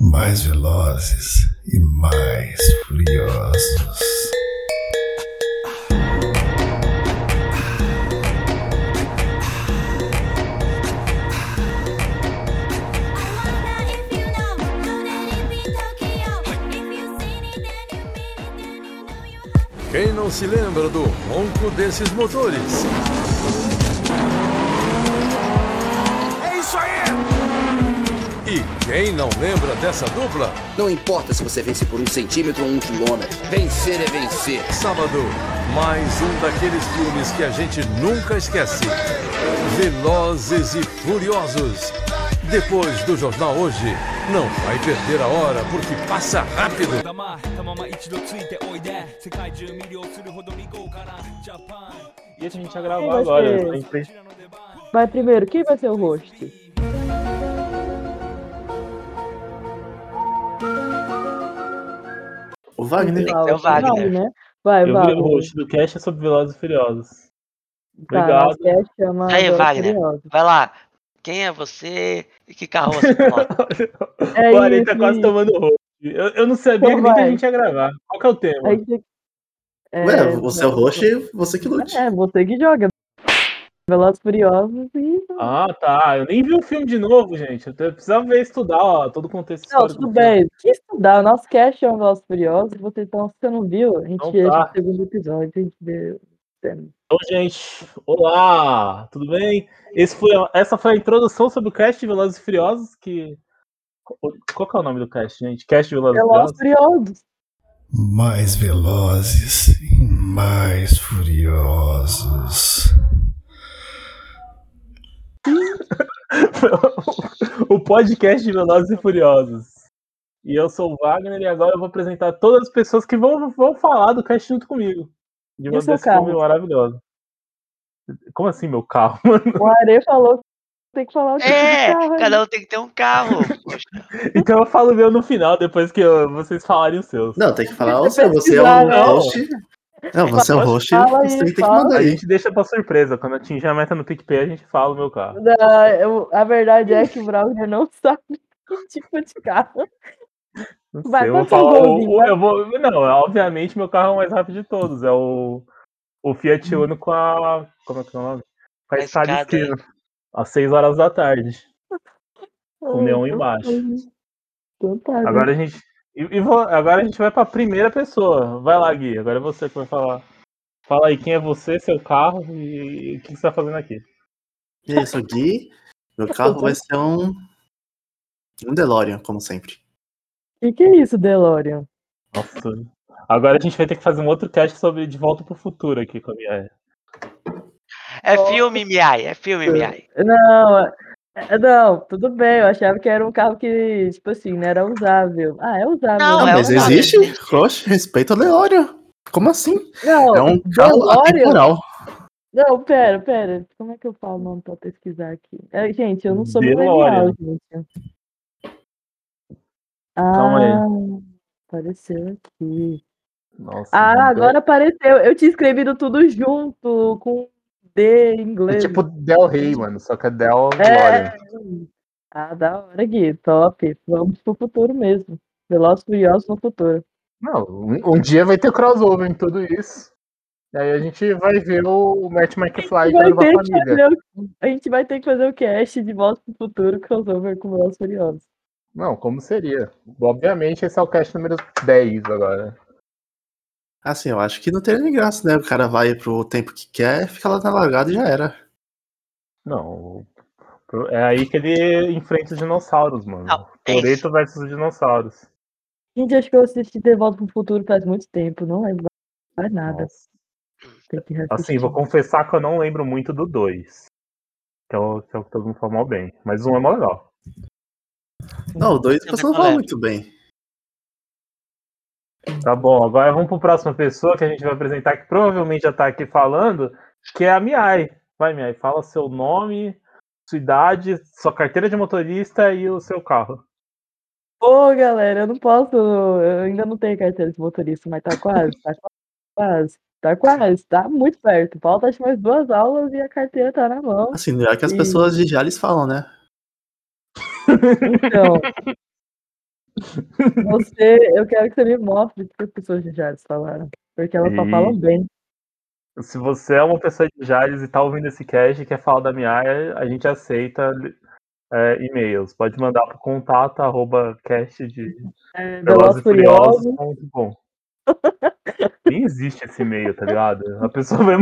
mais velozes e mais furiosos. Quem não se lembra do ronco desses motores? É isso aí! E quem não lembra dessa dupla? Não importa se você vence por um centímetro ou um quilômetro, vencer é vencer. Sábado, mais um daqueles filmes que a gente nunca esquece. Velozes e Furiosos. Depois do Jornal Hoje, não vai perder a hora, porque passa rápido. 頭玉一度ついておいで世界中魅了するほど見こうかなジャパン E a gente ia Quem vai gravar agora. ser? Tem que pre- Vai primeiro, quem vai ser o host? O Wagner. Fala, ser o Wagner. Vai, né? Vai, Eu Wagner. vi o host do cast é sobre Velozes e Furiosos. Tá, Obrigado. você é chama Aí, Agora Wagner. Curiosa. Vai lá. Quem é você e que carro você coloca? É o Arém tá isso, é quase isso. tomando roubo. Eu, eu não sabia Então nem que a vai. gente ia gravar. Qual que é o tema? Aí você- É, Ué, você é o roxo e você que lute. É, você que joga. Velozes e Furiosos e... Ah, tá. Eu nem vi o filme de novo, gente. Eu te- precisava ver estudar, ó, todo o contexto Não, histórico. tudo do filme. bem. Que estudar, o nosso cast é um Velozes e Furiosos. Você, então, se você não viu, a gente Então deixa tá. o segundo episódio. A gente vê... Então, gente, olá! Tudo bem? Esse foi, a- essa foi a introdução sobre o cast de Velozes e Furiosos, que... Qual que é o nome do cast, gente? Cast de Velozes e Velozes e Furiosos? Furiosos. mais velozes e mais furiosos. o podcast de Velozes e Furiosos. E eu sou o Wagner e agora eu vou apresentar todas as pessoas que vão, vão falar do cast junto comigo. De E uma o seu desse filme carro? maravilhoso. Como assim, meu carro? O Are falou que tem que falar o tipo é, de carro. né? aí. cada um tem que ter um carro. Poxa, então eu falo o meu no final, depois que eu- vocês falarem os seus. Não, tem que falar, Você você, um você é pesquisar, né? o host. Não, você é o host, Fala aí, você tem que fala. mandar A aí. gente deixa pra surpresa. Quando atingir a meta no PicPay, a gente fala o meu carro. Não, eu- a verdade é que o Browner não sabe que tipo de carro. Não Vai, sei, eu vou qual que falar. é o o- golzinho, o- vai? eu vou, não, obviamente meu carro é o mais rápido de todos. É o, o Fiat Hum. Uno com a. Como é que é o nome? Com a A escada escada. esquerda. né? Às 6 horas da tarde. Com neon Ai, embaixo. Então tá, né? Agora a gente. E, e vou- agora a gente vai pra primeira pessoa. Vai lá, Gui. Agora é você que vai falar. Fala aí quem é você, seu carro e o que você tá fazendo aqui. E aí, eu sou o Gui. Meu carro vai ser um. Um DeLorean, como sempre. E que é isso, DeLorean? Nossa. Agora a gente vai ter que fazer um outro cast sobre De Volta pro Futuro aqui com a minha. É filme, Miai. É filme, Miai. Não, é- não, tudo bem, eu achava que era um carro que, tipo assim, não era usável. Ah, é usável. Não, Ah, é mas um carro, existe? existe. Oxe, respeita o DeLorean. Como assim? Não, É um carro DeLorean? atemporal. não, pera, pera. Como é que eu falo o nome pra pesquisar aqui? É, gente, eu não sou DeLorean. milenial, gente. Ah, Calma aí. apareceu aqui. Nossa. Ah, não- agora apareceu. Eu tinha escrevido tudo junto com D em É inglês. tipo Del Rey, mano, só que é Del É. Glória. Ah, da hora, Gui. Top. Vamos pro futuro mesmo. Velozes e Furiosos no futuro. Não, um, um dia vai ter crossover em tudo isso. E aí a gente vai ver o, o Matt McFly Vai entrando pra ter É. que família. fazer o- A gente vai ter que fazer o cast de Volta pro Futuro crossover com Velozes e Furiosos. Não, como seria? Obviamente esse é o cast número 10 agora. Assim, eu acho que não teria nem graça, né? O cara vai pro tempo que quer, fica lá na largada e já era. Não. o- pro- É aí que ele enfrenta os dinossauros, mano. Não, é isso. Toreto versus os dinossauros. Gente, acho que eu assisti De Volta pro Futuro faz muito tempo. Não lembro mais nada. Nossa. Tem que Assim, reassistir. vou confessar que eu não lembro muito do 2. Que é o que é o que todo mundo falou bem. Mas um é mó legal. Não, o dois Eu você não também fala lembro. muito bem. Tá bom, agora vamos para a próxima pessoa que a gente vai apresentar, que provavelmente já está aqui falando, que é a Miai. Vai, Miai, fala seu nome, sua idade, sua carteira de motorista e o seu carro. Ô, galera, eu não posso. Eu ainda não tenho carteira de motorista, mas tá quase, tá quase, tá quase, tá muito perto. Falta acho mais duas aulas e a carteira tá na mão. Assim, não é que as Sim. pessoas de Jales falam, né? Então, Você, eu quero que você me mostre o que as pessoas de Jales falaram. Porque elas só falam Ih. bem. Se você é uma pessoa de Jales e tá ouvindo esse cast e quer falar da minha área, a gente aceita é, e-mails. Pode mandar pro contato arroba cast de É, Velozes Velozes e Furiosos. Furiosos ponto com. Nem existe esse e-mail, tá ligado? A pessoa vai.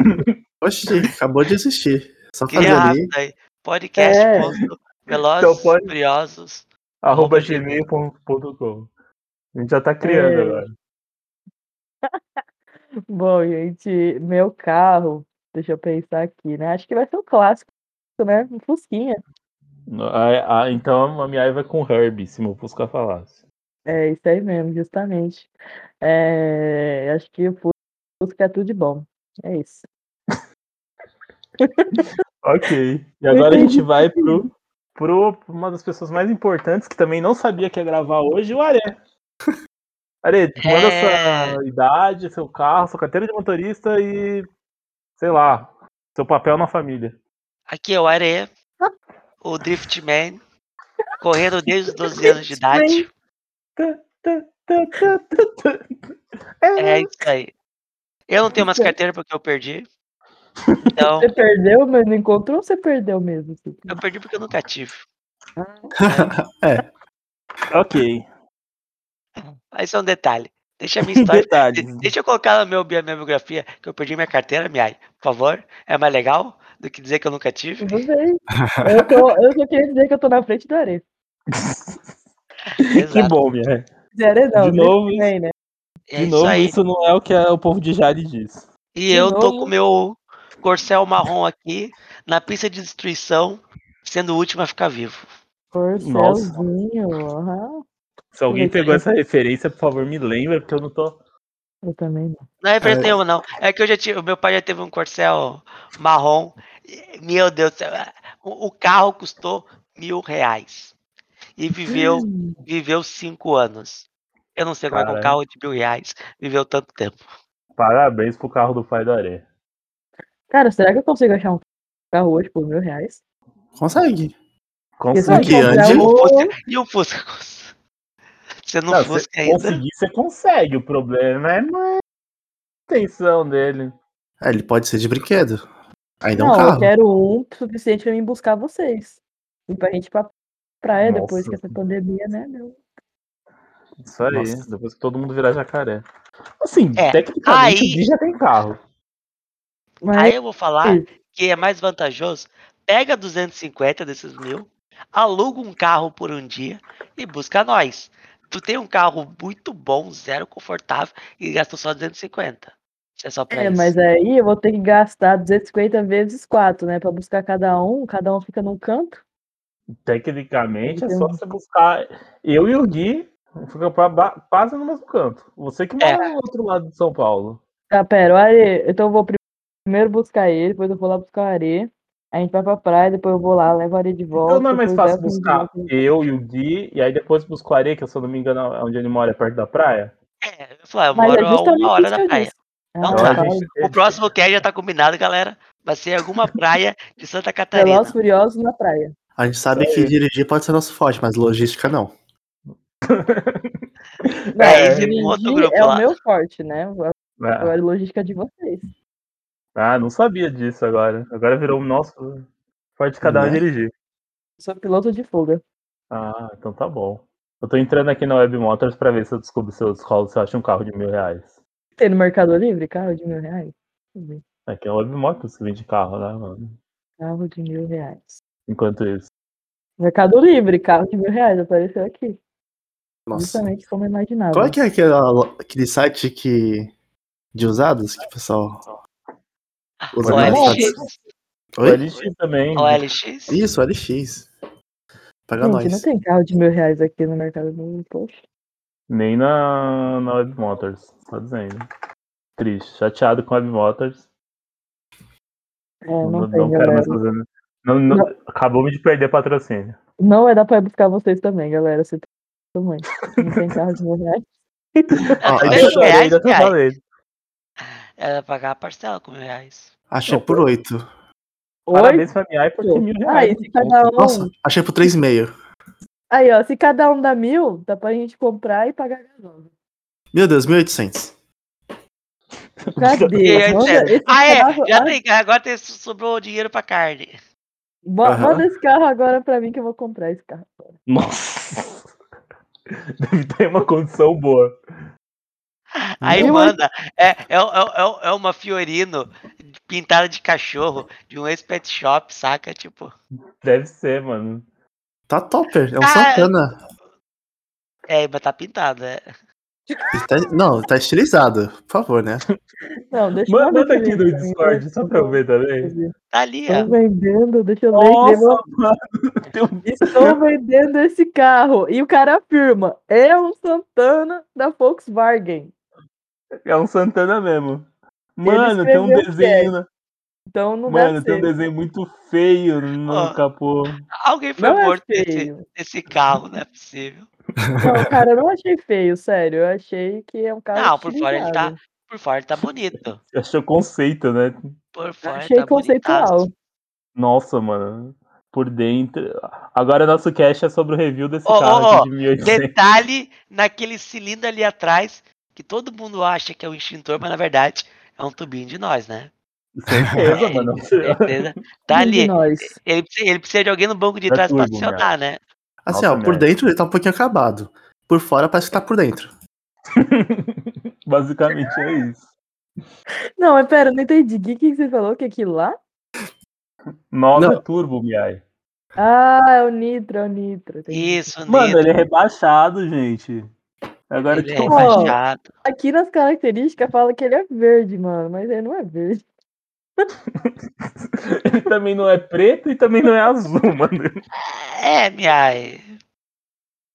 Oxi, acabou de existir. Só Cria fazer ali. rápido aí. Podcast. É. ponto Velozes, Então pode- curiosos. arroba gmail.com. A gente já tá criando É. agora. Bom, gente, meu carro, deixa eu pensar aqui, né? Acho que vai ser um clássico, né? Um Fusquinha. Ah, ah, então a Miai vai com o Herbie, se meu Fusca falasse. É isso aí mesmo, justamente. É, acho que o Fus- Fusca é tudo de bom. É isso. Ok. E agora a gente vai pro, pro pra uma das pessoas mais importantes que também não sabia que ia gravar hoje, o Aré. Aré, manda É. sua idade, seu carro, sua carteira de motorista e. sei lá, seu papel na família. Aqui é o Are, o Driftman, correndo desde os 12 anos de idade. É isso aí. Eu não tenho mais carteira porque eu perdi. Então, Você perdeu, mas não encontrou ou você perdeu mesmo? assim? eu perdi porque eu nunca tive. é. Ok. Mas isso é um detalhe. Deixa a minha história. Detalhes. de- Deixa eu colocar no meu, bi- minha biografia que eu perdi minha carteira, minha. Por favor, é mais legal do que dizer que eu nunca tive. Tudo bem. Eu, tô- eu só queria dizer que eu tô na frente do Are. Que Exato. bom, Miai. De Are não, De de novo, bem, né? É De isso novo, aí. isso não é o que a- o povo de Jade diz. E eu tô novo. com o meu corcel marrom aqui na pista de destruição, sendo o último a ficar vivo. Corcelzinho, aham. Se alguém pegou essa referência, por favor, me lembra, porque eu não tô. Eu também não. Não é pra nenhuma, não. É que eu já tive. Meu pai já teve um corcel marrom. e- Meu Deus do céu. é, O, o carro custou mil reais. E viveu, viveu cinco anos. Eu não sei como é que um Hum. Caralho. carro de mil reais viveu tanto tempo. Parabéns pro carro do pai do Aré. Cara, será que eu consigo achar um carro hoje por mil reais? Consegue. Porque se eu Consegui, comprar Andy. E o um- Fusca, e o Fusca? Você não, Não, você Fusca ainda? conseguir, você consegue. O problema é não é a intenção dele. É, ele pode ser de brinquedo. Ainda é um Não, eu carro. quero um suficiente pra mim buscar vocês. E pra gente ir pra praia depois Nossa. que essa pandemia, né, meu? Isso aí, Nossa. depois que todo mundo virar jacaré. Assim, É, tecnicamente aí- o Gui já tem carro. Mas Aí eu vou falar que é mais vantajoso. Pega 250 desses mil, aluga um carro por um dia e busca nós. Tu tem um carro muito bom, zero confortável e gastou só 250. Isso é só pra É, isso. mas aí eu vou ter que gastar 250 vezes 4, né? Pra buscar cada um, cada um fica num canto. Tecnicamente é só Entendo. você buscar. Eu e o Gui ficam pra ba- quase no mesmo canto. Você que mora É. no outro lado de São Paulo. Tá, pera, o Arê, então eu vou pri- primeiro buscar ele, depois eu vou lá buscar o Arê. A gente vai pra praia, depois eu vou lá, levo o Arê de volta. Então não é mais depois fácil levo ele de buscar volta. eu e o Gui, e aí depois busco o Are, que se eu não me engano é onde ele mora, é perto da praia. É, eu, falo, eu Mas moro é a justamente uma isso hora que da eu praia. disse. Então Ah, tá. tá. O próximo que é já tá combinado, galera. Vai ser alguma praia de É Santa Catarina. Velozes Furiosos na praia. tá A gente sabe Isso que aí. dirigir pode ser nosso forte, mas logística não. Não, É, esse é um dirigir outro grupo é lá. o meu forte, né? Agora Ah, a logística de vocês. ah, não sabia disso agora. Agora virou o nosso forte cada um Né? dirigir. Eu sou piloto de fuga. Ah, então tá bom. Eu tô entrando aqui na Web Motors pra ver se eu descubro se eu descolo, se eu acho um carro de mil reais. Tem no Mercado Livre carro de mil reais? Deixa eu ver. Aqui é a Web Motors que vende carro, né, mano? Carro de mil reais. Enquanto isso. Mercado Livre, carro de mil reais, apareceu aqui. Nossa. Justamente como eu imaginava. Qual é que é aquela lo- aquele site que. de usados que o pessoal. usa Web mais OLX. pra- O Oi? é, LX também. OLX. Isso, LX. é, Paga Gente, não nós. tem carro de mil reais aqui no Mercado Livre, poxa. Nem na, na Web Motors, tá dizendo. Triste, chateado com a Web Motors. É, não, não tem, não quero galera. mais fazer. Não, não, Acabamos de perder patrocínio. Não vai dar pra ir buscar vocês também, galera. Você tem muito. Não tem carro de mil reais. Ó, Dois acho, Ainda tá valendo, é reais, ainda tá cara. valendo. Era pagar a parcela com mil reais. achei por 8. Oi? Parabéns pra minha porque mil Ah, reais. então. e se cada um. Nossa, achei por 3,5. Aí, ó, se cada um dá mil, dá pra gente comprar e pagar gasolina. Meu Deus, 1.800. E Cadê? aí, Manda Zé, esse ah, carro- é, já olha, tem, agora tem, sobrou dinheiro pra carne. bo- Aham. Manda esse carro agora pra mim que eu vou comprar esse carro. Nossa. Deve ter uma condição boa. Uhum. Aí Não, mas- manda, é, é, é, é, é uma Fiorino pintada de cachorro de um ex-pet shop, saca? Tipo, Deve ser, mano. Tá topper, é um Ah, Santana. é, mas tá pintada. É. Ele tá- não, tá estilizado, por favor, né? Não, deixa eu Manda, ver manda se aqui eu no entro. Discord, só pra eu ver também. Tá ali, ó. Estou vendendo, deixa eu ler. que Nossa, demorou. mano. Tem um- Estou vendendo esse carro. E o cara afirma, é um Santana da Volkswagen. É um Santana mesmo. Ele Mano, tem um escreveu desenho. na- Então não Mano, deve tem um ser. desenho muito feio no Ó. capô. Alguém foi Não é morto nesse, feio. nesse carro, não é possível. Não, cara, eu não achei feio, sério. Eu achei que é um carro Não, por fora ele tá- estilizado. Por fora tá bonito. Achou conceito, né? Por fora Achei tá conceitual. bonitaço. Nossa, mano. Por dentro. Agora nosso cash é sobre o review desse Ó, carro ó, ó, aqui de 1800. Detalhe naquele cilindro ali atrás, que todo mundo acha que é um extintor, mas na verdade é um tubinho de nós, né? Certeza, mano. Certeza. Tá Quem de ali. nós? Ele, precisa- ele precisa de alguém no banco de Da trás pra Turbo, acionar, né? Assim, Nossa, ó, por merda. dentro ele tá um pouquinho acabado. Por fora parece que tá por dentro. Basicamente é isso. Não, mas pera, eu não entendi. O que, que você falou? Que aquilo lá? 9 Não. turbo, Miai. Ah, é o Nitro, é o Nitro. entendi. Isso, Mano, Nitro, ele tipo é rebaixado, gente. Agora ele que é eu- Ó. rebaixado. Aqui nas características fala que ele é verde, mano, mas ele não é verde. ele também não é preto e também não é azul, mano. É, Miai.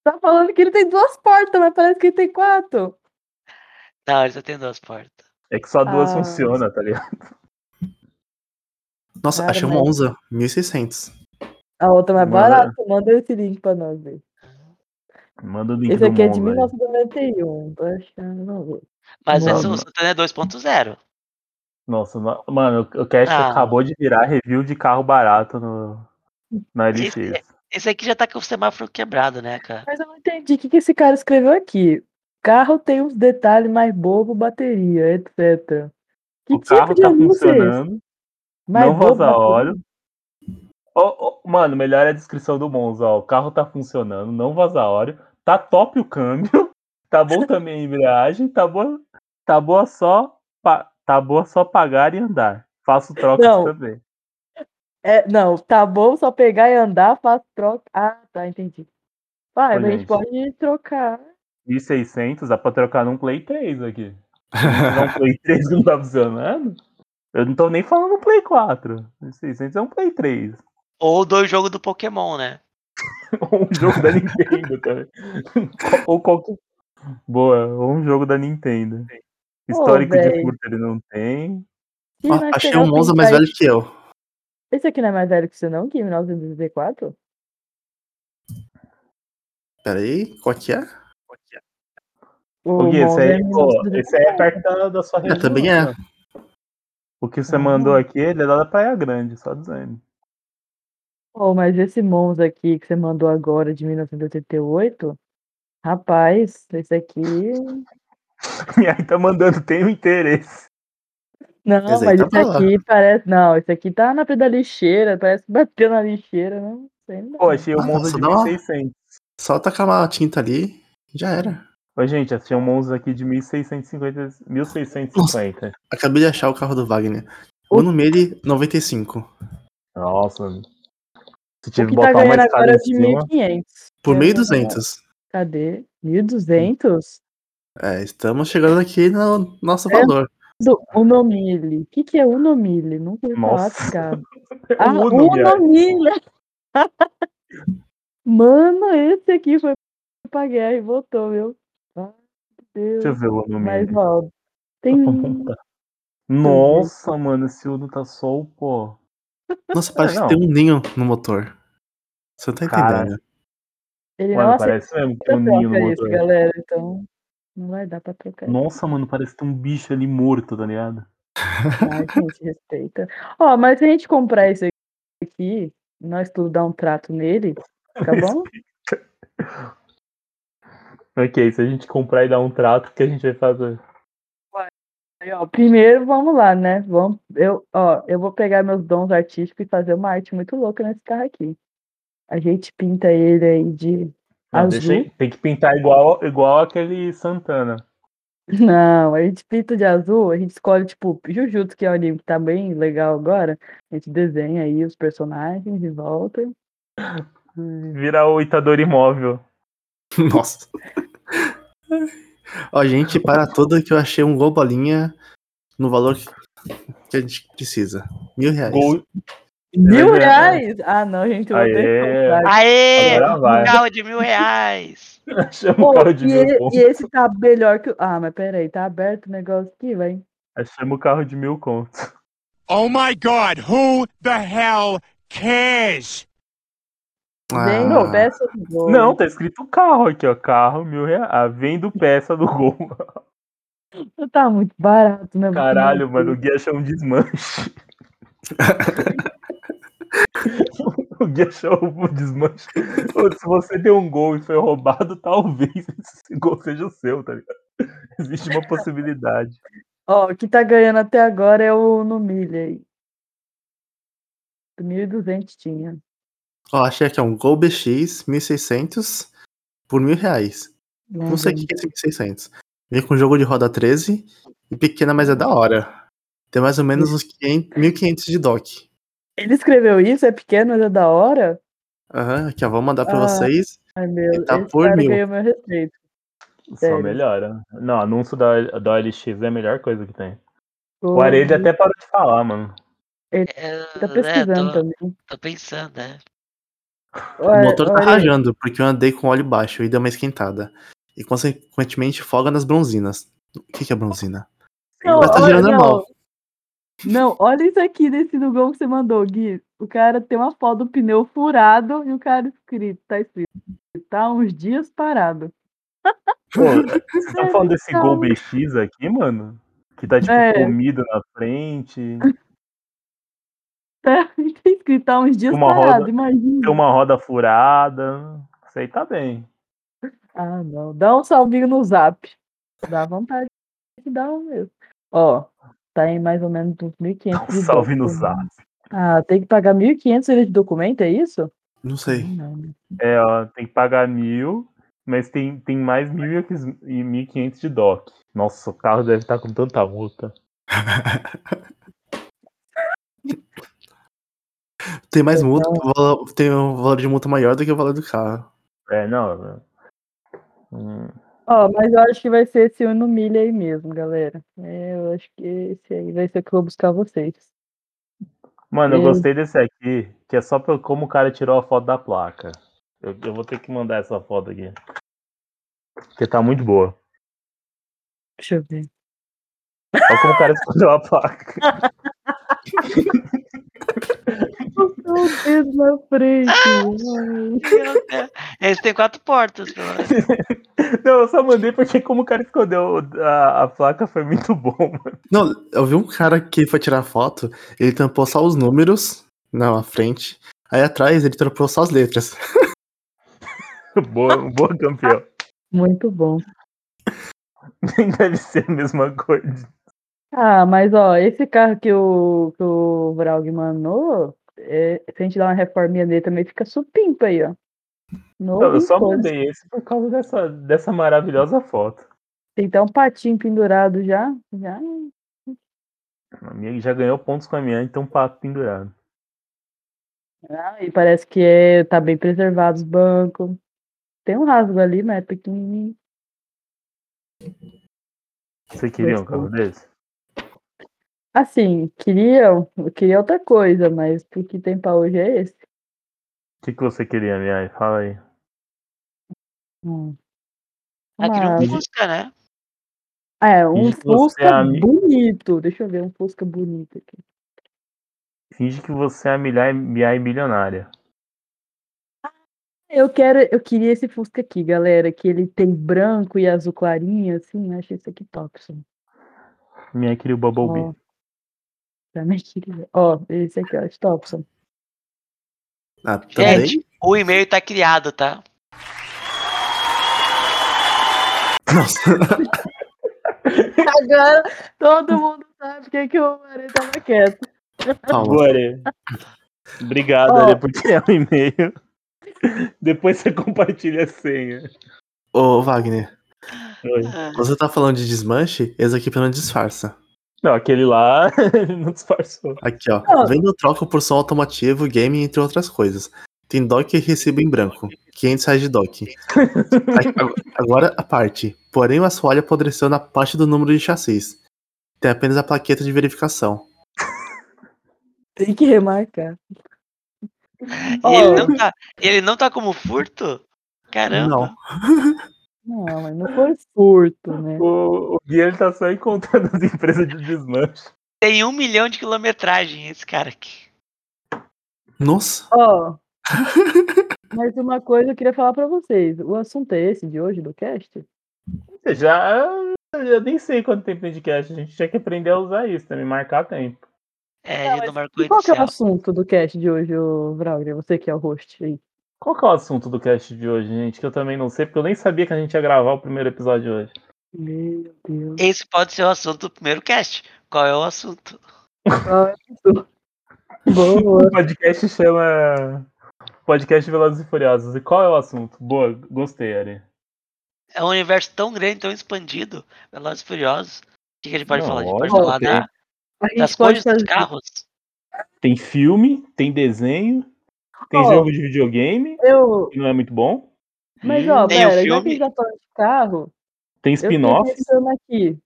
Tá falando que ele tem duas portas, mas parece que ele tem quatro. Não, ele só tem duas portas. É que só duas Ah. funcionam, tá ligado? Nossa, Cara, achei uma mas- Onza, 1.600. A outra é mais Manda. barata. Manda esse link pra nós ver. Manda o link Esse do aqui é de mundo aí. 1991. Tô achando, não vou. Mas Mano. esse- o Santana é 2.0. Nossa, ma- mano, o Cash Ah. acabou de virar review de carro barato no, na LX. Esse- Esse aqui já tá com o semáforo quebrado, né, cara? Mas eu não entendi o que, que esse cara escreveu aqui. Carro tem uns detalhes mais bobo, bateria, etc. Que O carro tá anúncio é esse? funcionando, Mais não bobo, vaza bateria? óleo. Ó, ó, mano, melhor é a descrição do Monza, ó. O carro tá funcionando, não vaza óleo, tá top o câmbio, tá bom também a embreagem, tá boa, tá boa só pa- tá boa só pagar e andar. Faço trocas Não. também. É, não, tá bom, só pegar e andar, faz troca. Ah, tá, entendi. Vai, Ô, mas a gente. gente pode trocar. 1600 dá pra trocar num Play 3 aqui. Não, um Play 3 não tá funcionando? Eu não tô nem falando um Play 4. 1600 é um Play 3. Ou do jogo do Pokémon, né? Ou um jogo da Nintendo, cara. Ou qualquer. Boa, ou um jogo da Nintendo. Histórico de véi. furto ele não tem. Ih, Ó, nós achei pegar um o Monza Pink mais Floyd- velho que eu. Esse aqui não é mais velho que você, não? Que 1984? Peraí, qual que é? Ô, Gui, esse Monza é aí, pô, 1984. esse aí é perto da, da sua É, região. também é. né? O que você mandou aqui, ele é lá da Praia Grande, só dizendo. Pô, mas esse Monza aqui que você mandou agora de 1988, rapaz, esse aqui. E aí tá mandando, tem um interesse. Não, Esse aí mas tá esse aqui parece. Não, esse aqui tá na pé da lixeira, parece que bateu na lixeira, não sei. Não. Pô, achei o Ah, Monza só de dá uma- 1600. Só tá tacar uma tinta ali, já era. Ô, gente, achei um Monza aqui de 1650. 1650. Acabei de achar o carro do Wagner. Vou no Mele 95. Nossa. Se O tiver que que tá botar uma ganhando escada agora em é de cima. 1.500. Por Eu não- 1.200. Cadê? 1.200? É, estamos chegando aqui no nosso É. valor. Do Unomille. O que, que é Unomille? Nunca ouvi falar, Nossa. cara. É Ah, o Uno, viado. Unomille! Mano, esse aqui foi pra guerra e voltou, viu? Ah, meu Deixa eu Deus. ver o Uno Mas, Mini. ó, tem um. Nossa, mano, esse Uno tá sol, pô. Nossa, parece É, não. que tem um ninho no motor. Você não tá Cara, entendendo. Ele Mano, não aceita parece mesmo que tem um ninho no troca isso, motor. galera. Então, não vai dar pra trocar isso. Nossa, mano, parece que tem um bicho ali morto, tá ligado? Ai, gente, respeita. Ó, mas se a gente comprar esse aqui, nós tudo dar um trato nele, tá bom? Ok, se a gente comprar e dar um trato, o que a gente vai fazer? Aí, ó, primeiro, vamos lá, né? Vamos, eu, ó, eu vou pegar meus dons artísticos e fazer uma arte muito louca nesse carro aqui. A gente pinta ele aí de Não, azul. deixa aí. Tem que pintar igual, igual aquele Santana. Não, a gente pinta de azul, a gente escolhe, tipo, Jujutsu, que é um anime que tá bem legal agora. A gente desenha aí os personagens e É volta. Vira o Itador Imóvel. Nossa. Ó, gente, para tudo que eu achei um gol bolinha no valor que que a gente precisa. Mil reais. Gol. Mil reais? Ah, não, gente, eu vou ter que Aê. comprar. Aê! Agora vai. Um carro de mil reais! Achamos Pô, o carro um de e, mil e- conto. e esse tá melhor que o. Ah, mas peraí, tá aberto o negócio aqui, vai. Achamos o carro de mil conto. Oh my god, who the hell cares? Ah, Vem, peça do gol. Não, tá escrito carro aqui, ó. Carro, mil reais. Ah, Vendo peça do gol. Tá muito barato, né? Caralho, mano, o Gui achou um desmanche. o Gui achou um desmanche. Pô, Se você deu um gol e foi roubado, talvez esse gol seja seu, tá ligado? Existe uma possibilidade. Ó, o que tá ganhando até agora é o no milho aí. 1.200 tinha. Ó, achei aqui, ó, um Gol BX 1600 por mil reais. Não sei o que que é esse 1600. Vem com jogo de roda 13 e pequena, mas é da hora. Tem mais ou Hum. menos uns 500, 1500 de dock. Ele escreveu isso, é pequeno, mas é da hora? Aham, aqui, ó, vou mandar pra Ah. vocês. Ai, meu, Ele tá esse por cara mil. ganhou meu respeito. Só Sério. melhora. Não, anúncio da, da OLX é a melhor coisa que tem. O tá Pô, Arelli até parou de falar, mano. É, Tá né, pesquisando tô- também. Tô pensando, né? O Olha- motor tá olha- rajando, porque eu andei com óleo baixo e deu uma esquentada. E consequentemente folga nas bronzinas. O que, que é bronzina? Não, Mas tá olha- girando não. normal. Não, olha isso aqui desse do gol que você mandou, Gui. O cara tem uma foto do pneu furado e o cara escrito, tá escrito. Tá uns dias parado. Pô, vocês estão tá falando desse gol BX aqui, mano? Que tá, tipo, É. comido na frente. Tá tá escrito, tá uns dias Uma parado, roda- imagina. Tem uma roda furada. Isso aí tá bem. Ah, não. Dá um salvinho no zap. Dá vontade de dar um mesmo. Ó, tá em mais ou menos uns 1.500 de um Salve no documento. zap. Ah, tem que pagar 1.500 ele de documento, é isso? Não sei. Não, né? É, ó, tem que pagar mil, mas tem, tem mais mil e quis- e mil e quinhentos de DOC. Nossa, o carro deve estar com tanta multa. Tem mais Então- multa, val- tem um valor de multa maior do que o valor do carro. É, não. é. Hum, Ó, mas eu acho que vai ser esse Uno Milha aí mesmo, galera. É, Eu acho que esse aí vai ser o que eu vou buscar vocês. Mano, eu Hum. gostei desse aqui, que é só pra, como o cara tirou a foto da placa. Eu, eu vou ter que mandar essa foto aqui. Porque tá muito boa. Deixa eu ver. Olha como o cara escolheu a placa. O dedo na Ah! frente. Meu Deus. Esse tem É, quatro portas, pelo menos. Não, eu só mandei porque como o cara escondeu a, a placa foi muito bom, mano. Não, eu vi um cara que foi tirar foto, ele tampou só os números na frente. Aí atrás ele tampou só as letras. Boa, boa campeão. Muito bom. Nem deve ser a mesma coisa. Ah, mas ó, esse carro que o, que o Vraug mandou, é, se a gente dar uma reforminha nele também fica supimpa aí, ó. Novo Não, eu só em cores. mandei esse por causa dessa, dessa maravilhosa foto. Tem até um patinho pendurado já. já. A minha já ganhou pontos com a minha, então pato pendurado. Ah, e parece que é, tá bem preservado os bancos. Tem um rasgo ali, mas é pequenininho. Você queria um carro desse? Assim, queria, eu queria outra coisa, mas o que tem pra hoje é esse. O que, que você queria, minha? Fala aí. Hum. Ah, queria Uma- um Fusca, né? É, um Finge que você é Fusca ami- bonito. Deixa eu ver um Fusca bonito aqui. Finge que você é a milha- MI milionária. Eu quero, eu queria esse Fusca aqui, galera, que ele tem branco e azul clarinho, assim, eu acho esse aqui top, assim. Minha queria o Bubble Ó, também queria. Ó, esse aqui, ó, de Topson. Ah, também? Gente, o e-mail tá criado, tá? Agora todo mundo sabe por que que o Are tava quieto. Calma. Boa, Are. Obrigado, Ó. Are, por é tirar um o e-mail. Depois você compartilha a senha. Ô, Wagner, Oi. você tá falando de desmanche? Esse aqui pelo menos disfarça. Não, aquele lá ele não disfarçou. Aqui, ó. Ah. Vendo troca por som automotivo, game, entre outras coisas. Tem DOC e recibo em branco. 500 reais de DOC. A- Agora a parte. Porém, o assoalho apodreceu na parte do número de chassis. Tem apenas a plaqueta de verificação. Tem que remarcar. E ele não tá, ele não tá como furto? Caramba. Não. Não, mas não foi furto, né? O, o Gui ele tá só encontrando as empresas de desmanche. Tem um milhão de quilometragem esse cara aqui. Nossa, Ó. Mas uma coisa eu queria falar pra vocês. O assunto é esse de hoje do cast? Eu Já. Eu nem sei quanto tempo tem de cast. A gente tinha que aprender a usar isso também, marcar tempo. É, Não, ele mas não marcou E qual que é o inicial. assunto do cast de hoje, ô Braulio? Você que é o host aí. Qual que é o assunto do cast de hoje, gente? Que eu também não sei, porque eu nem sabia que a gente ia gravar o primeiro episódio de hoje. Meu Deus. Esse pode ser o assunto do primeiro cast. Qual é o assunto? Boa. O podcast chama. Podcast Velozes e Furiosos. E qual é o assunto? Boa, gostei, Ari. É um universo tão grande, tão expandido. Velozes e Furiosos. O que, que a gente pode Não, falar? A gente pode olha, falar ok. da- A das gente pode cores dos fazer. carros. Tem filme, tem desenho, tem Ó. jogo de videogame, Eu... que não é muito bom. Mas, ó, Hum, Tem pera, o já que a filme. gente tá falando de carro, Tem eu tô spin-off. pensando aqui.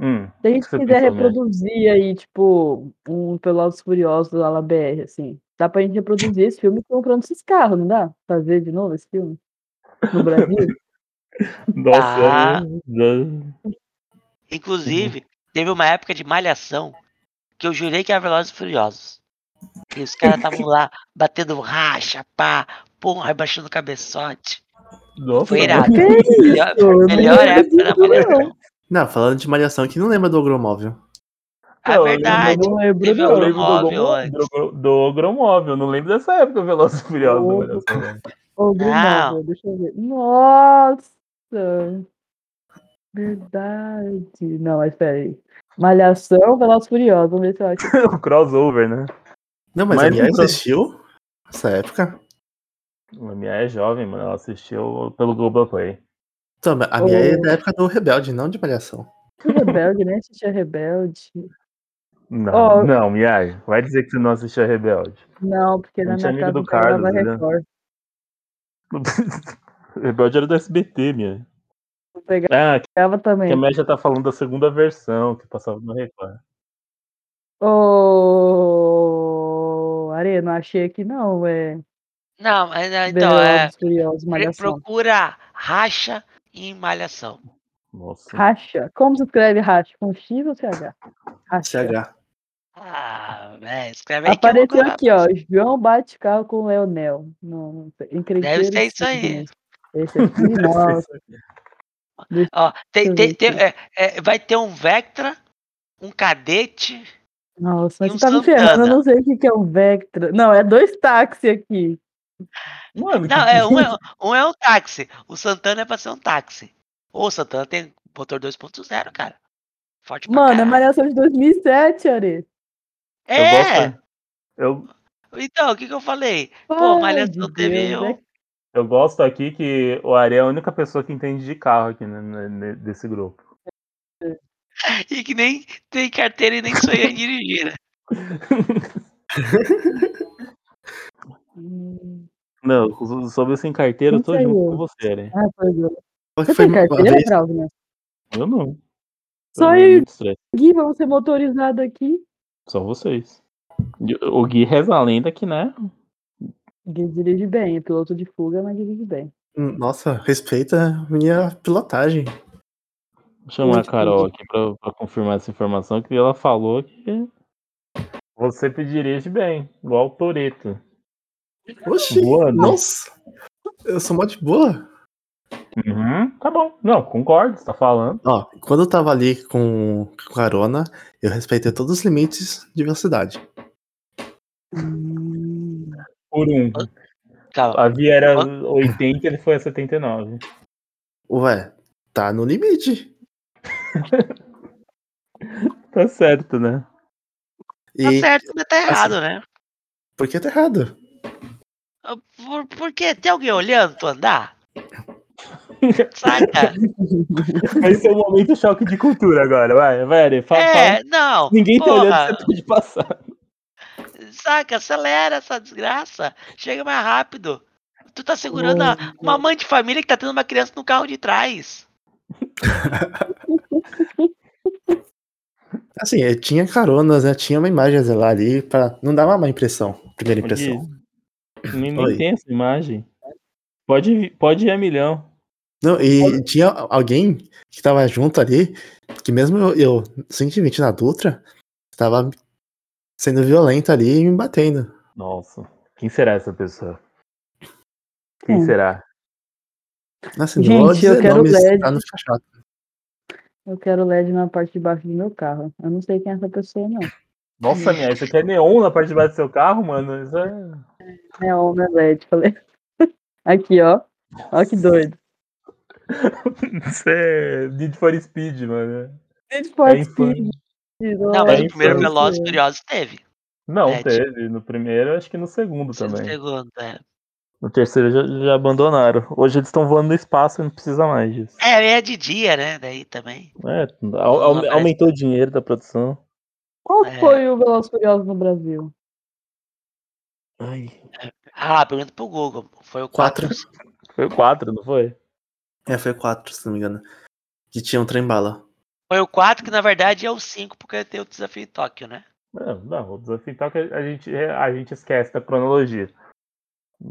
Hum, Se a o gente que você quiser pensou, né? reproduzir aí, tipo, um Pelotos Furiosos lá na BR, assim, dá pra gente reproduzir esse filme comprando esses carros, não dá? Fazer de novo esse filme? No Brasil? Ah. Nossa, né? Inclusive, Uhum. teve uma época de malhação que eu jurei que era Velozes e Furiosos. E os caras estavam lá batendo racha, pá, porra, abaixando o cabeçote. Nossa, Foi irado. Que isso? Melhor, Eu não melhor lembro época né, da disso, malhação. não, falando de malhação aqui, não lembra do agromóvel. É Não, eu verdade. Eu não lembro, Teve Eu não. algum- lembro É do Agromóvel Ogro- antes. do, Ogro- do Ogromóvel, não lembro dessa época Velozes e Furiosos. Ogro- olha só, velho. Ô, Grumóvel, deixa eu ver. Nossa! Verdade. Não, mas peraí. Malhação, Pelotos Furiosos, vamos ver se eu acho. o crossover, né? Não, mas, Mas a Mia então- existiu nessa época. A minha é jovem, mano, ela assistiu pelo Globoplay. Então, a Mia é Ô. da época do Rebelde, não de malhação. Que rebelde, né? Assistia Rebelde. Não, Ó. não, Miai, vai dizer que você não assistiu a Rebelde. Não, porque na Gente, minha amigo casa do o cara dava Carlos, né? Record. Rebelde era do SBT, minha. Eu pegava Ah, que também. a Mia já tá falando da segunda versão que passava no Record. Ô, Are, não achei aqui não, é. Não, mas, né, então, é. Velozes, Furiosos, pre- Malhação. Procura racha em malhação. Nossa. Racha. Como se escreve racha? Com X ou CH? Racha. CH. Ah, velho, escreve aí que eu vou Apareceu colocar. aqui, ó. João bate carro com Leonel. Não, não sei. Encrenqueiro ser de isso aí. Signos. Esse aqui, nossa. Ó, tem, tem- Deixa eu tem- é, é, vai ter um Vectra, um cadete. Nossa, mas E um você tá me ferrando, eu Santana. não sei o que que é o Vectra. Não, é dois táxis aqui. Mano, Não, é, um, é, um é um táxi. O Santana é pra ser um táxi. Ô, o Santana tem motor 2.0, cara. Forte pra Mano, é caralho. Malhação de 2007, Are. eu é, gosto. Eu, Então, o que, que eu falei? Pô, Ai, Malhação de teve Deus, um- é eu gosto aqui que o Ari é a única pessoa que entende de carro aqui né, né, né, desse grupo. é E que nem tem carteira e nem sonha em dirigir, né? Hum, Não, so- sobre sem carteira, eu tô Não sei junto eu. com você, Ari. Ah, pois é. Qual que Você foi tem uma carteira, vez- Brau, né? Eu não. Eu Só não, é eu e muito estranho. o Gui vamos ser motorizados aqui. Só vocês. E O Gui reza a lenda que, né? Gui dirige bem, é piloto de fuga, mas dirige bem. hum, Nossa, respeita a minha pilotagem. Vou chamar a Muito Carol bonito. aqui pra, pra confirmar essa informação, que ela falou que. Você te dirige bem, igual o Toreto. Oxi, Boa, né? nossa. Eu sou mó de boa. Uhum, tá bom. Não, concordo, você tá falando. Ó, quando eu tava ali com com carona, eu respeitei todos os limites de velocidade. Hum, Por um. Tá, Ah. Calma. A via era 80 ele foi a 79. Ué, Tá no limite. tá certo, né? Tá certo, mas tá assim errado, né? Ah, Por que tá errado? Por, porque tem alguém olhando tu andar? Saca? Esse é o momento choque de cultura agora, vai, vai, Ari, fala, É, fala. não. Ninguém tá porra. olhando, você pode passar. Saca, acelera essa desgraça. Chega mais rápido. Tu tá segurando a- uma mãe de família que tá tendo uma criança no carro de trás. Assim, é, tinha caronas, né? Tinha uma imagem a zelar ali pra não dar uma má impressão. Primeira impressão. Nem, Oi. nem tem essa imagem. Pode, vi- pode ir a milhão. Não, e tinha alguém que tava junto ali, que mesmo eu, eu 120 na Dutra, tava sendo violento ali e me batendo. Nossa. Quem será essa pessoa? Quem Hum. será? Nossa, Gente, não vou eu dizer quero nomes, LED. tá no fachado. Eu quero LED na parte de baixo do meu carro. Eu não sei quem é essa pessoa, não. Nossa, minha, isso aqui é neon na parte de baixo do seu carro, mano? Isso é... É homem LED, falei. Aqui, ó. Ó que doido. Isso é Need for Speed, mano. Need for É Speed. Não, mas É o primeiro insano. Velozes e Furiosos teve. Não, É, teve. No primeiro, acho que no segundo No também. segundo, é. No terceiro já, já abandonaram. Hoje eles estão voando no espaço e não precisa mais disso. É, é de dia, né? Daí também. É, au- au- parece- aumentou o dinheiro da produção. Qual É. foi o Velozes e Furiosos no Brasil? Ai. Ah, pergunta pro Google. Foi o 4. Quatro. Foi quatro, não foi? É, foi quatro, se não me engano. Que tinha um trem-bala. Foi o 4, que na verdade é o 5, porque tem o desafio em Tóquio, né? Não, não, o desafio tal que a gente, é, a gente esquece da cronologia.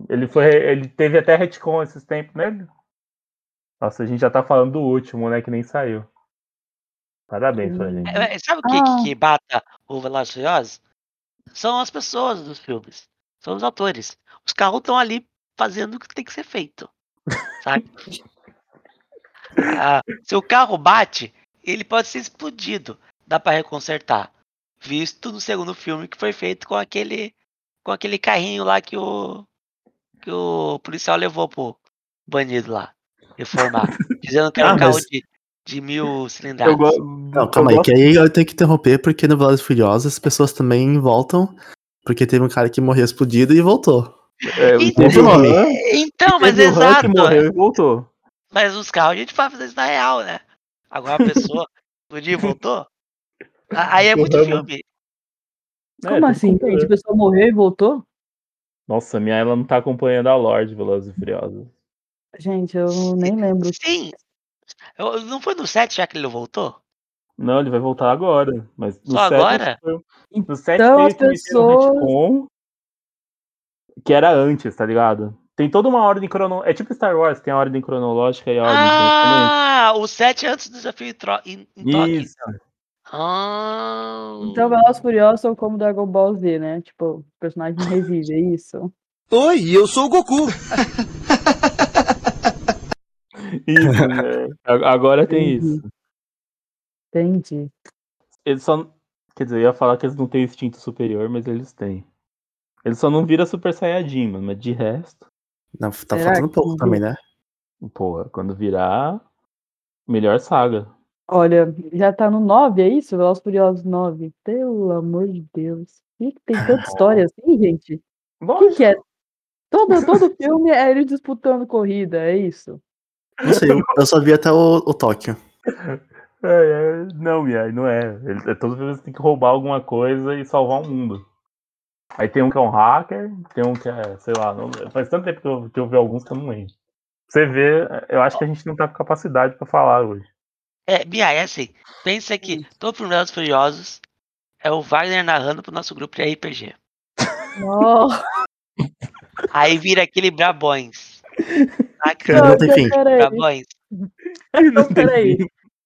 Ele foi. Ele teve até retcon esses tempos, né? Nossa, a gente já tá falando do último, né? Que nem saiu. Parabéns pra gente. É, é, Sabe o que, que, que bata o Velozes e Furiosos? São as pessoas dos filmes. São os atores. Os carros estão ali fazendo o que tem que ser feito. Sabe? Ah, se o carro bate, ele pode ser explodido. Dá pra reconsertar. Visto no segundo filme que foi feito com aquele com aquele carrinho lá que o que o policial levou pro bandido lá reformar, dizendo que era Ah, um carro mas- de, de mil cilindradas. Não, calma aí, que aí eu tenho que interromper, porque no Velozes e Furiosos as pessoas também voltam, porque teve um cara que morreu explodido e voltou. É, teve um o Han, Então, um mas um Teve o Han exato. que morreu e voltou. Mas os carros a gente faz isso na real, né? Agora a pessoa explodiu e voltou. A- Aí é O muito Rambo. filme. É, Como assim, gente? A pessoa morreu e voltou? Nossa, minha ela não tá acompanhando a Lorde Velozes e Furiosos. Gente, eu nem lembro. Sim. Eu- Não foi no 7 já que ele voltou? Não, ele vai voltar agora. Mas no Só set, agora? Foi... um, No set Então, meio as que meteram um pessoas- retcon, que era antes, tá ligado? Tem toda uma ordem cronológica. É tipo Star Wars, tem a ordem cronológica e a ordem de Ah, o 7 antes do desafio em Tro- em, em Tóquio. lançamento. Isso. Ah, Então, Velozes e Furiosos são como Dragon Ball Z, né? Tipo, o personagem revive, é isso? Oi, eu sou o Goku. Isso, né? A- Agora tem Entendi. isso. Entendi. Eles só. Quer dizer, eu ia falar que eles não têm instinto superior, mas eles têm. Eles só não viram Super Saiyajin, mano. Mas de resto. Não, tá faltando pouco também, né? Porra, quando virar. Melhor saga. Olha, já tá no 9, é isso? Velozes e Furiosos 9. Pelo amor de Deus. Por que que tem tanta história assim, gente? O que, que é? Todo, todo filme é ele disputando corrida, é isso? Não sei, eu- eu só vi até o, o Tóquio. É, é, não, Miai, não é. Ele, é todas as vezes tem que roubar alguma coisa e salvar o mundo. Aí tem um que é um hacker, tem um que é, sei lá, não- faz tanto tempo que eu, que eu vi alguns que eu não lembro. Você vê, eu acho que a gente não tá com capacidade pra falar hoje. É, Bia, é assim. Pensa que todo filme dos Furiosos é o Wagner narrando pro nosso grupo de RPG. Nossa, Aí vira aquele Brabões. Tá, que- Não, Não tem então, fim. peraí. Tá Brabões. então peraí.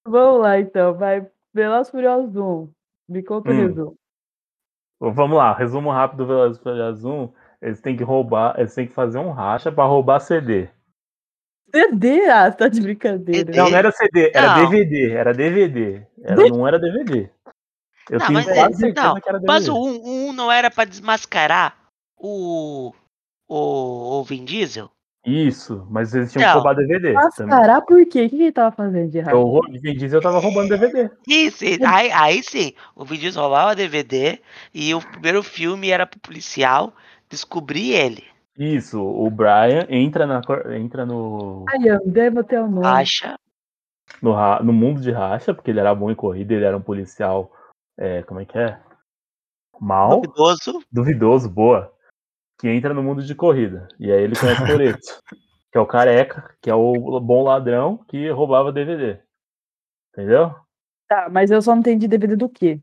Vamos lá, então. Vai. Velozes e Furiosos 1. Me conta um. o Hum. resumo. Bom, Vamos lá, resumo rápido do Velozes e Furiosos 1. Eles têm que roubar, eles têm que fazer um racha pra roubar CD. CD? Ah, você tá de brincadeira. Não, não era CD, era Não. DVD, era DVD. Era, não era DVD. Eu Não, tenho mas, quase é- certeza não, que era DVD. mas o 1 um, um não era pra desmascarar o, o, o Vin Diesel? Isso, mas eles tinham que roubar DVD. também. Mascarar por quê? O que ele tava fazendo de errado? Eu rou- de Vin Diesel tava roubando DVD. Isso, e- aí, aí sim, o Vin Diesel roubava DVD e o primeiro filme era pro policial descobrir ele. Isso, o Brian entra, na, cor- entra no, Ai, eu devo ter o nome. Acha. no, ra- no mundo de racha, porque ele era bom em corrida, ele era um policial. é, como é que é? Mal. Duvidoso. Duvidoso, boa. Que entra no mundo de corrida. E aí ele conhece o Toreto, que é o careca, que é o bom ladrão que roubava DVD. Entendeu? Tá, mas eu só não entendi DVD do quê?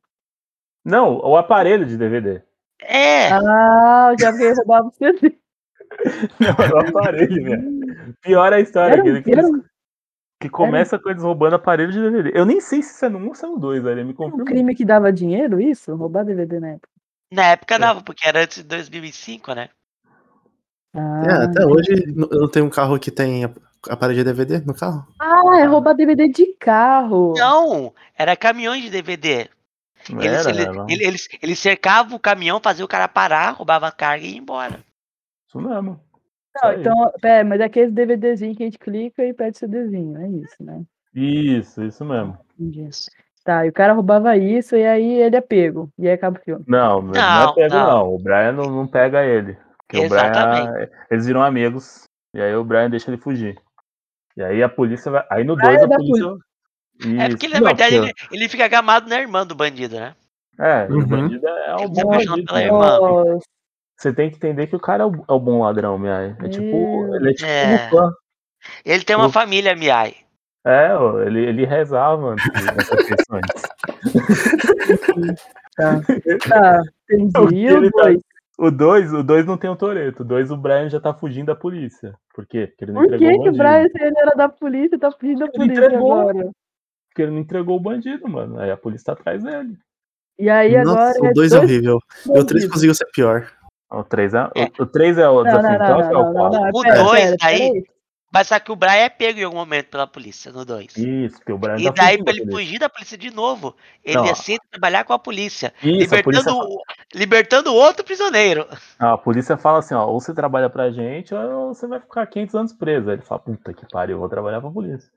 Não, o aparelho de DVD. É! Ah, já porque ele roubava o CD. Não, É o aparelho, velho. Pior é a história. Era um- aquele que, eles- era um- que começa com eles roubando aparelho de DVD. Eu nem sei se isso é no 1 ou se é no 2, velho. Me Um confirma. crime que dava dinheiro, isso? Roubar DVD na época. Na época dava, porque era antes de 2005, né? Ah, Ah, É, até hoje n- eu não tenho um carro que tem ap- aparelho de DVD no carro. Ah, é roubar DVD de carro. Não, era caminhões de DVD. Não Eles, era, ele- não. ele- eles, eles cercavam o caminhão, faziam o cara parar, roubava a carga e ia embora. Isso mesmo. Não, então, pera, mas é aqueles DVDzinho que a gente clica e pede CDzinho, é isso, né? Isso, isso mesmo. Tá, e o cara roubava isso e aí ele é pego. E aí acaba o filme. Não, não, Não, é pego, não. não. O Brian não, não pega ele. Porque O Brian, Exatamente. eles viram amigos. E aí o Brian deixa ele fugir. E aí a polícia vai. Aí no Brian 2 é a da polícia. É porque, Isso. na Não, verdade, porque- ele, ele fica agamado na irmã do bandido, né? É, e o Uhum. bandido é o Ele se bom apaixonou bandido. pela né? irmã. Você tem que entender que o cara é o, é o bom ladrão, minha. É tipo. Ele é tipo É. um fã. Ele tem uma Ufa. família, Miai. É, ó, ele, ele rezava antes dessas questões. Tá. Tá, O entendi. que E o ele tá- dois? O 2 o dois não tem o Toreto. O 2 o Brian já tá fugindo da polícia. Por quê? Porque ele não Por que, entregou é que o o bandido. Brian se ele era da polícia, tá fugindo é da polícia entregou. agora? Porque ele não entregou o bandido, mano. Aí a polícia tá atrás dele. E aí agora. Nossa, o 2 é horrível. E o 3 bandidos. conseguiu ser pior. O 3 é o, o três é o Não, não, desafio. então, não, não, é o não, não, quatro. não, O pera, 2 pera, aí. Mas só que o Brian é pego em algum momento pela polícia, no 2. Isso, porque o Brian E tá daí, fugindo pra da ele polícia. fugir da polícia de novo, ele Não, aceita trabalhar com a polícia. Isso, a libertando, polícia- o- libertando outro prisioneiro. Ah, a polícia fala assim, ó, ou você trabalha pra gente, ou você vai ficar 500 anos preso. Aí ele fala, puta que pariu, eu vou trabalhar pra polícia.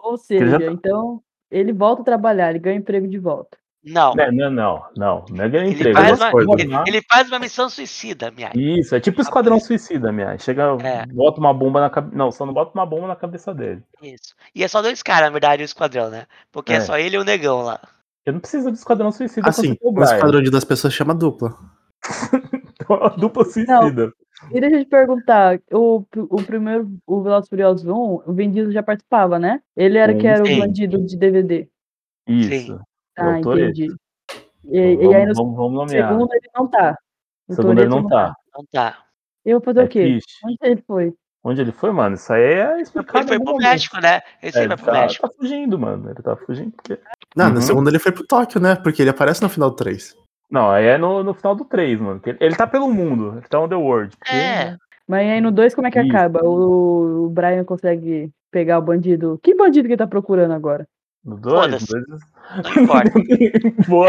Ou Ele já seja, tá- então ele volta a trabalhar, ele ganha emprego de volta. Não. Não, não, não, não. Não é ganhar Ele emprego. faz, é uma, forma. ele, ele faz uma missão suicida, Miai. Isso, é tipo Esquadrão Suicida, minha. Chega, É. bota uma bomba na cabeça. Não, só não bota uma bomba na cabeça dele. Isso. E é só dois caras, na verdade, o esquadrão, né? Porque é, É. só ele e o negão lá. Eu não preciso do Esquadrão Suicida pra Assim, ser o o Brian. esquadrão de duas pessoas chama dupla. é Dupla suicida. E deixa eu te perguntar, o, o primeiro, o Velozes e Furiosos 1, o Vin Diesel já participava, né? Ele era Sim, que era o sim. bandido de DVD. Isso. Tá, É o Toretto. entendi. E, Então, e aí vamos- vamos- no vamos nomear. segundo ele não tá. No Segundo ele Toretto não tá. Não tá. Eu vou fazer É o quê? triste. Onde ele foi? Onde ele foi, mano? Isso aí é explicado. Ele foi em algum pro momento. México, né? Ele É, sempre ele vai pro tá, México. tá fugindo, mano. Ele tá fugindo porque. Não, no Uhum. segundo ele foi pro Tóquio, né? Porque ele aparece no final do 3. Não, aí é no, no final do 3, mano. que Ele, ele tá pelo mundo. Ele tá on the world. É. Mas aí no 2 como é que Isso. acaba? O, o Brian consegue pegar o bandido. Que bandido que ele tá procurando agora? No 2, Foda-se. Não importa.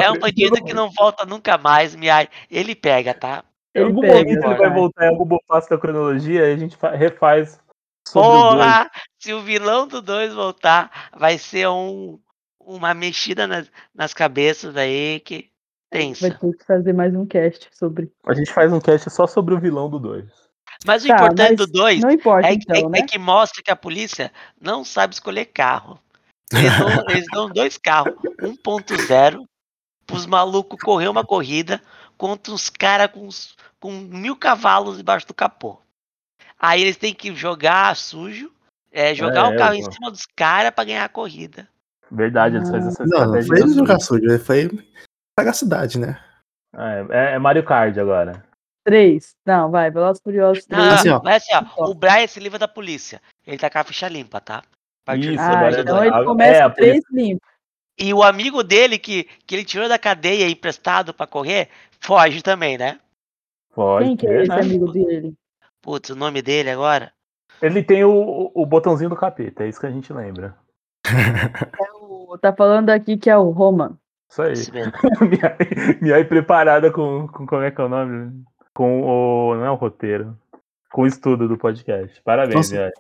é um bandido que não volta nunca mais, Miai. Ele pega, tá? Em algum momento ele vai voltar em algum passo da cronologia e a gente fa- refaz sobre o dois. Porra! Se o vilão do 2 voltar, vai ser um, uma mexida nas, nas cabeças aí que Vai tensa. ter que fazer mais um cast sobre. É A gente faz um cast só sobre o vilão do 2. Mas o Tá, mas importante do 2 não importa, é, que- então, é- é né? que mostra que a polícia não sabe escolher carro. Eles dão, eles dão dois carros, 1.0, pros malucos correr uma corrida contra uns caras com, uns- com mil cavalos debaixo do capô. Aí eles têm que jogar sujo, é, jogar é, o carro em pô. cima dos caras pra ganhar a corrida. Verdade, Ah. eles fazem essa Não, não estratégia. foi ele do jogar dois. sujo, ele foi sagacidade, né? É, é- é Mario Kart agora. 3. Não, vai, Velozes e Furiosos 3. Não, mas assim, ó, o Brian se livra da polícia. Ele tá com a ficha limpa, tá? Partiu Isso, do agora dois. ele Então ele a- começa é, a com três polícia- limpos. tá E o amigo dele que, que ele tirou da cadeia emprestado pra correr, foge também, né? Pode Quem que é crer, esse né? amigo dele? Putz, o nome dele agora? Ele tem o, o- o botãozinho do capeta, é isso que a gente lembra. Pô, Tá falando aqui que é o Roman. Isso aí. Minha aí preparada com, com como é que é o nome? Com o. Não é o roteiro. com o estudo do podcast. Parabéns, Nossa. Miai.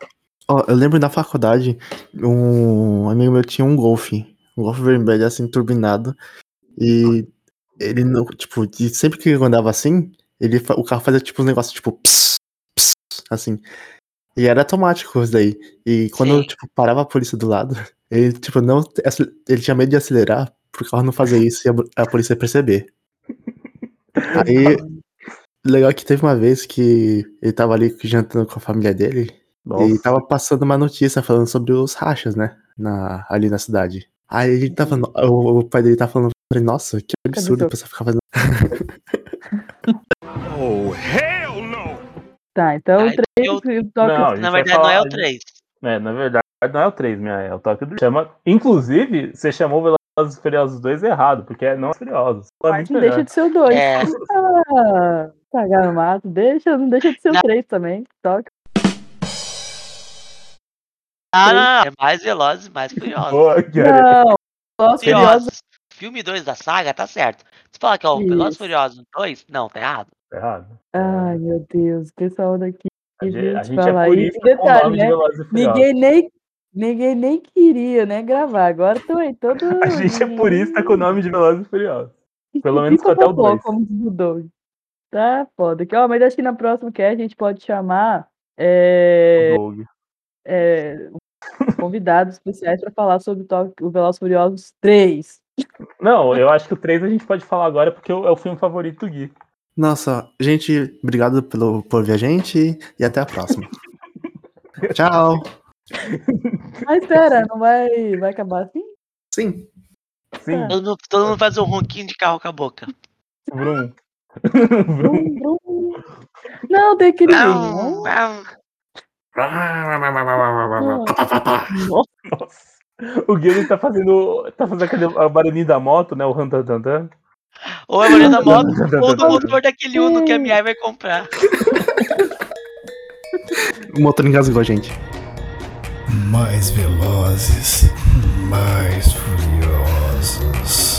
Ó, eu lembro na faculdade, um amigo meu tinha um golfe, um golfe vermelho assim, turbinado, e ele não, tipo, e sempre que andava assim, ele, fa- o carro fazia tipo uns negócios tipo, ps, ps, assim, e era automático isso daí, e quando, tipo, parava a polícia do lado, ele, tipo, não, acel- ele tinha medo de acelerar pro carro não fazer isso e a, bu- a polícia perceber. Aí, legal que teve uma vez que ele tava ali jantando com a família dele e Nossa. tava passando uma notícia falando sobre os rachas, né? Na, ali na cidade. Aí ele tava. falando- Hum. O, o pai dele tava falando, falei, nossa, que absurdo a absurdo. pessoa ficar fazendo. Oh, hell Tá, então o 3 a gente vai é falar- É, na verdade, não é o 3, minha. É o toque do. Chama... Inclusive, você chamou Velozes e Furiosos 2 errado, porque é não os Furiosos. É muito Não melhor. deixa de ser o 2. É. Ah, tá gamado. Deixa, não deixa de ser o 3 também. Toca. Ah, não, não, é mais velozes, mais curiosos. Boa, Não, Velozes e Furiosos. Filme 2 da saga, tá certo. Você fala que é o Isso. Velozes e Furiosos 2? Não, tá errado. Tá errado. Ai, meu Deus, o pessoal daqui. A gente- a gente gente é fala purista aí. com o Detalhe, nome de né? Velozes e Furiosos. Ninguém nem, ninguém nem queria, né, gravar. Agora tô aí todo. A gente é purista com o nome de Velozes e Furiosos. Pelo menos Pico quanto é o popó, 2. como diz o Doug. Tá foda. Aqui, ó, mas acho que na próxima que é, a gente pode chamar é, é, convidados especiais para falar sobre o, Tok- o Velozes e Furiosos 3. Não, eu acho que o 3 a gente pode falar agora porque é o filme favorito do Gui. Nossa, gente, obrigado pelo, por ver a gente e até a próxima. Tchau. Mas pera, não vai, vai acabar assim? Sim. Sim. Todo mundo, todo mundo faz um ronquinho de carro com a boca. Tá. Brum. Brum, brum. Não, tem aquele. Não, não. Nossa. O Gui ele tá fazendo. tá fazendo aquele o barulhinho da moto, né? O ran tan tan tan. Ou é barulho da moto, ou do motor daquele Uno que a Miai vai comprar. O motor engasgou a gente. Mais velozes, mais furiosos.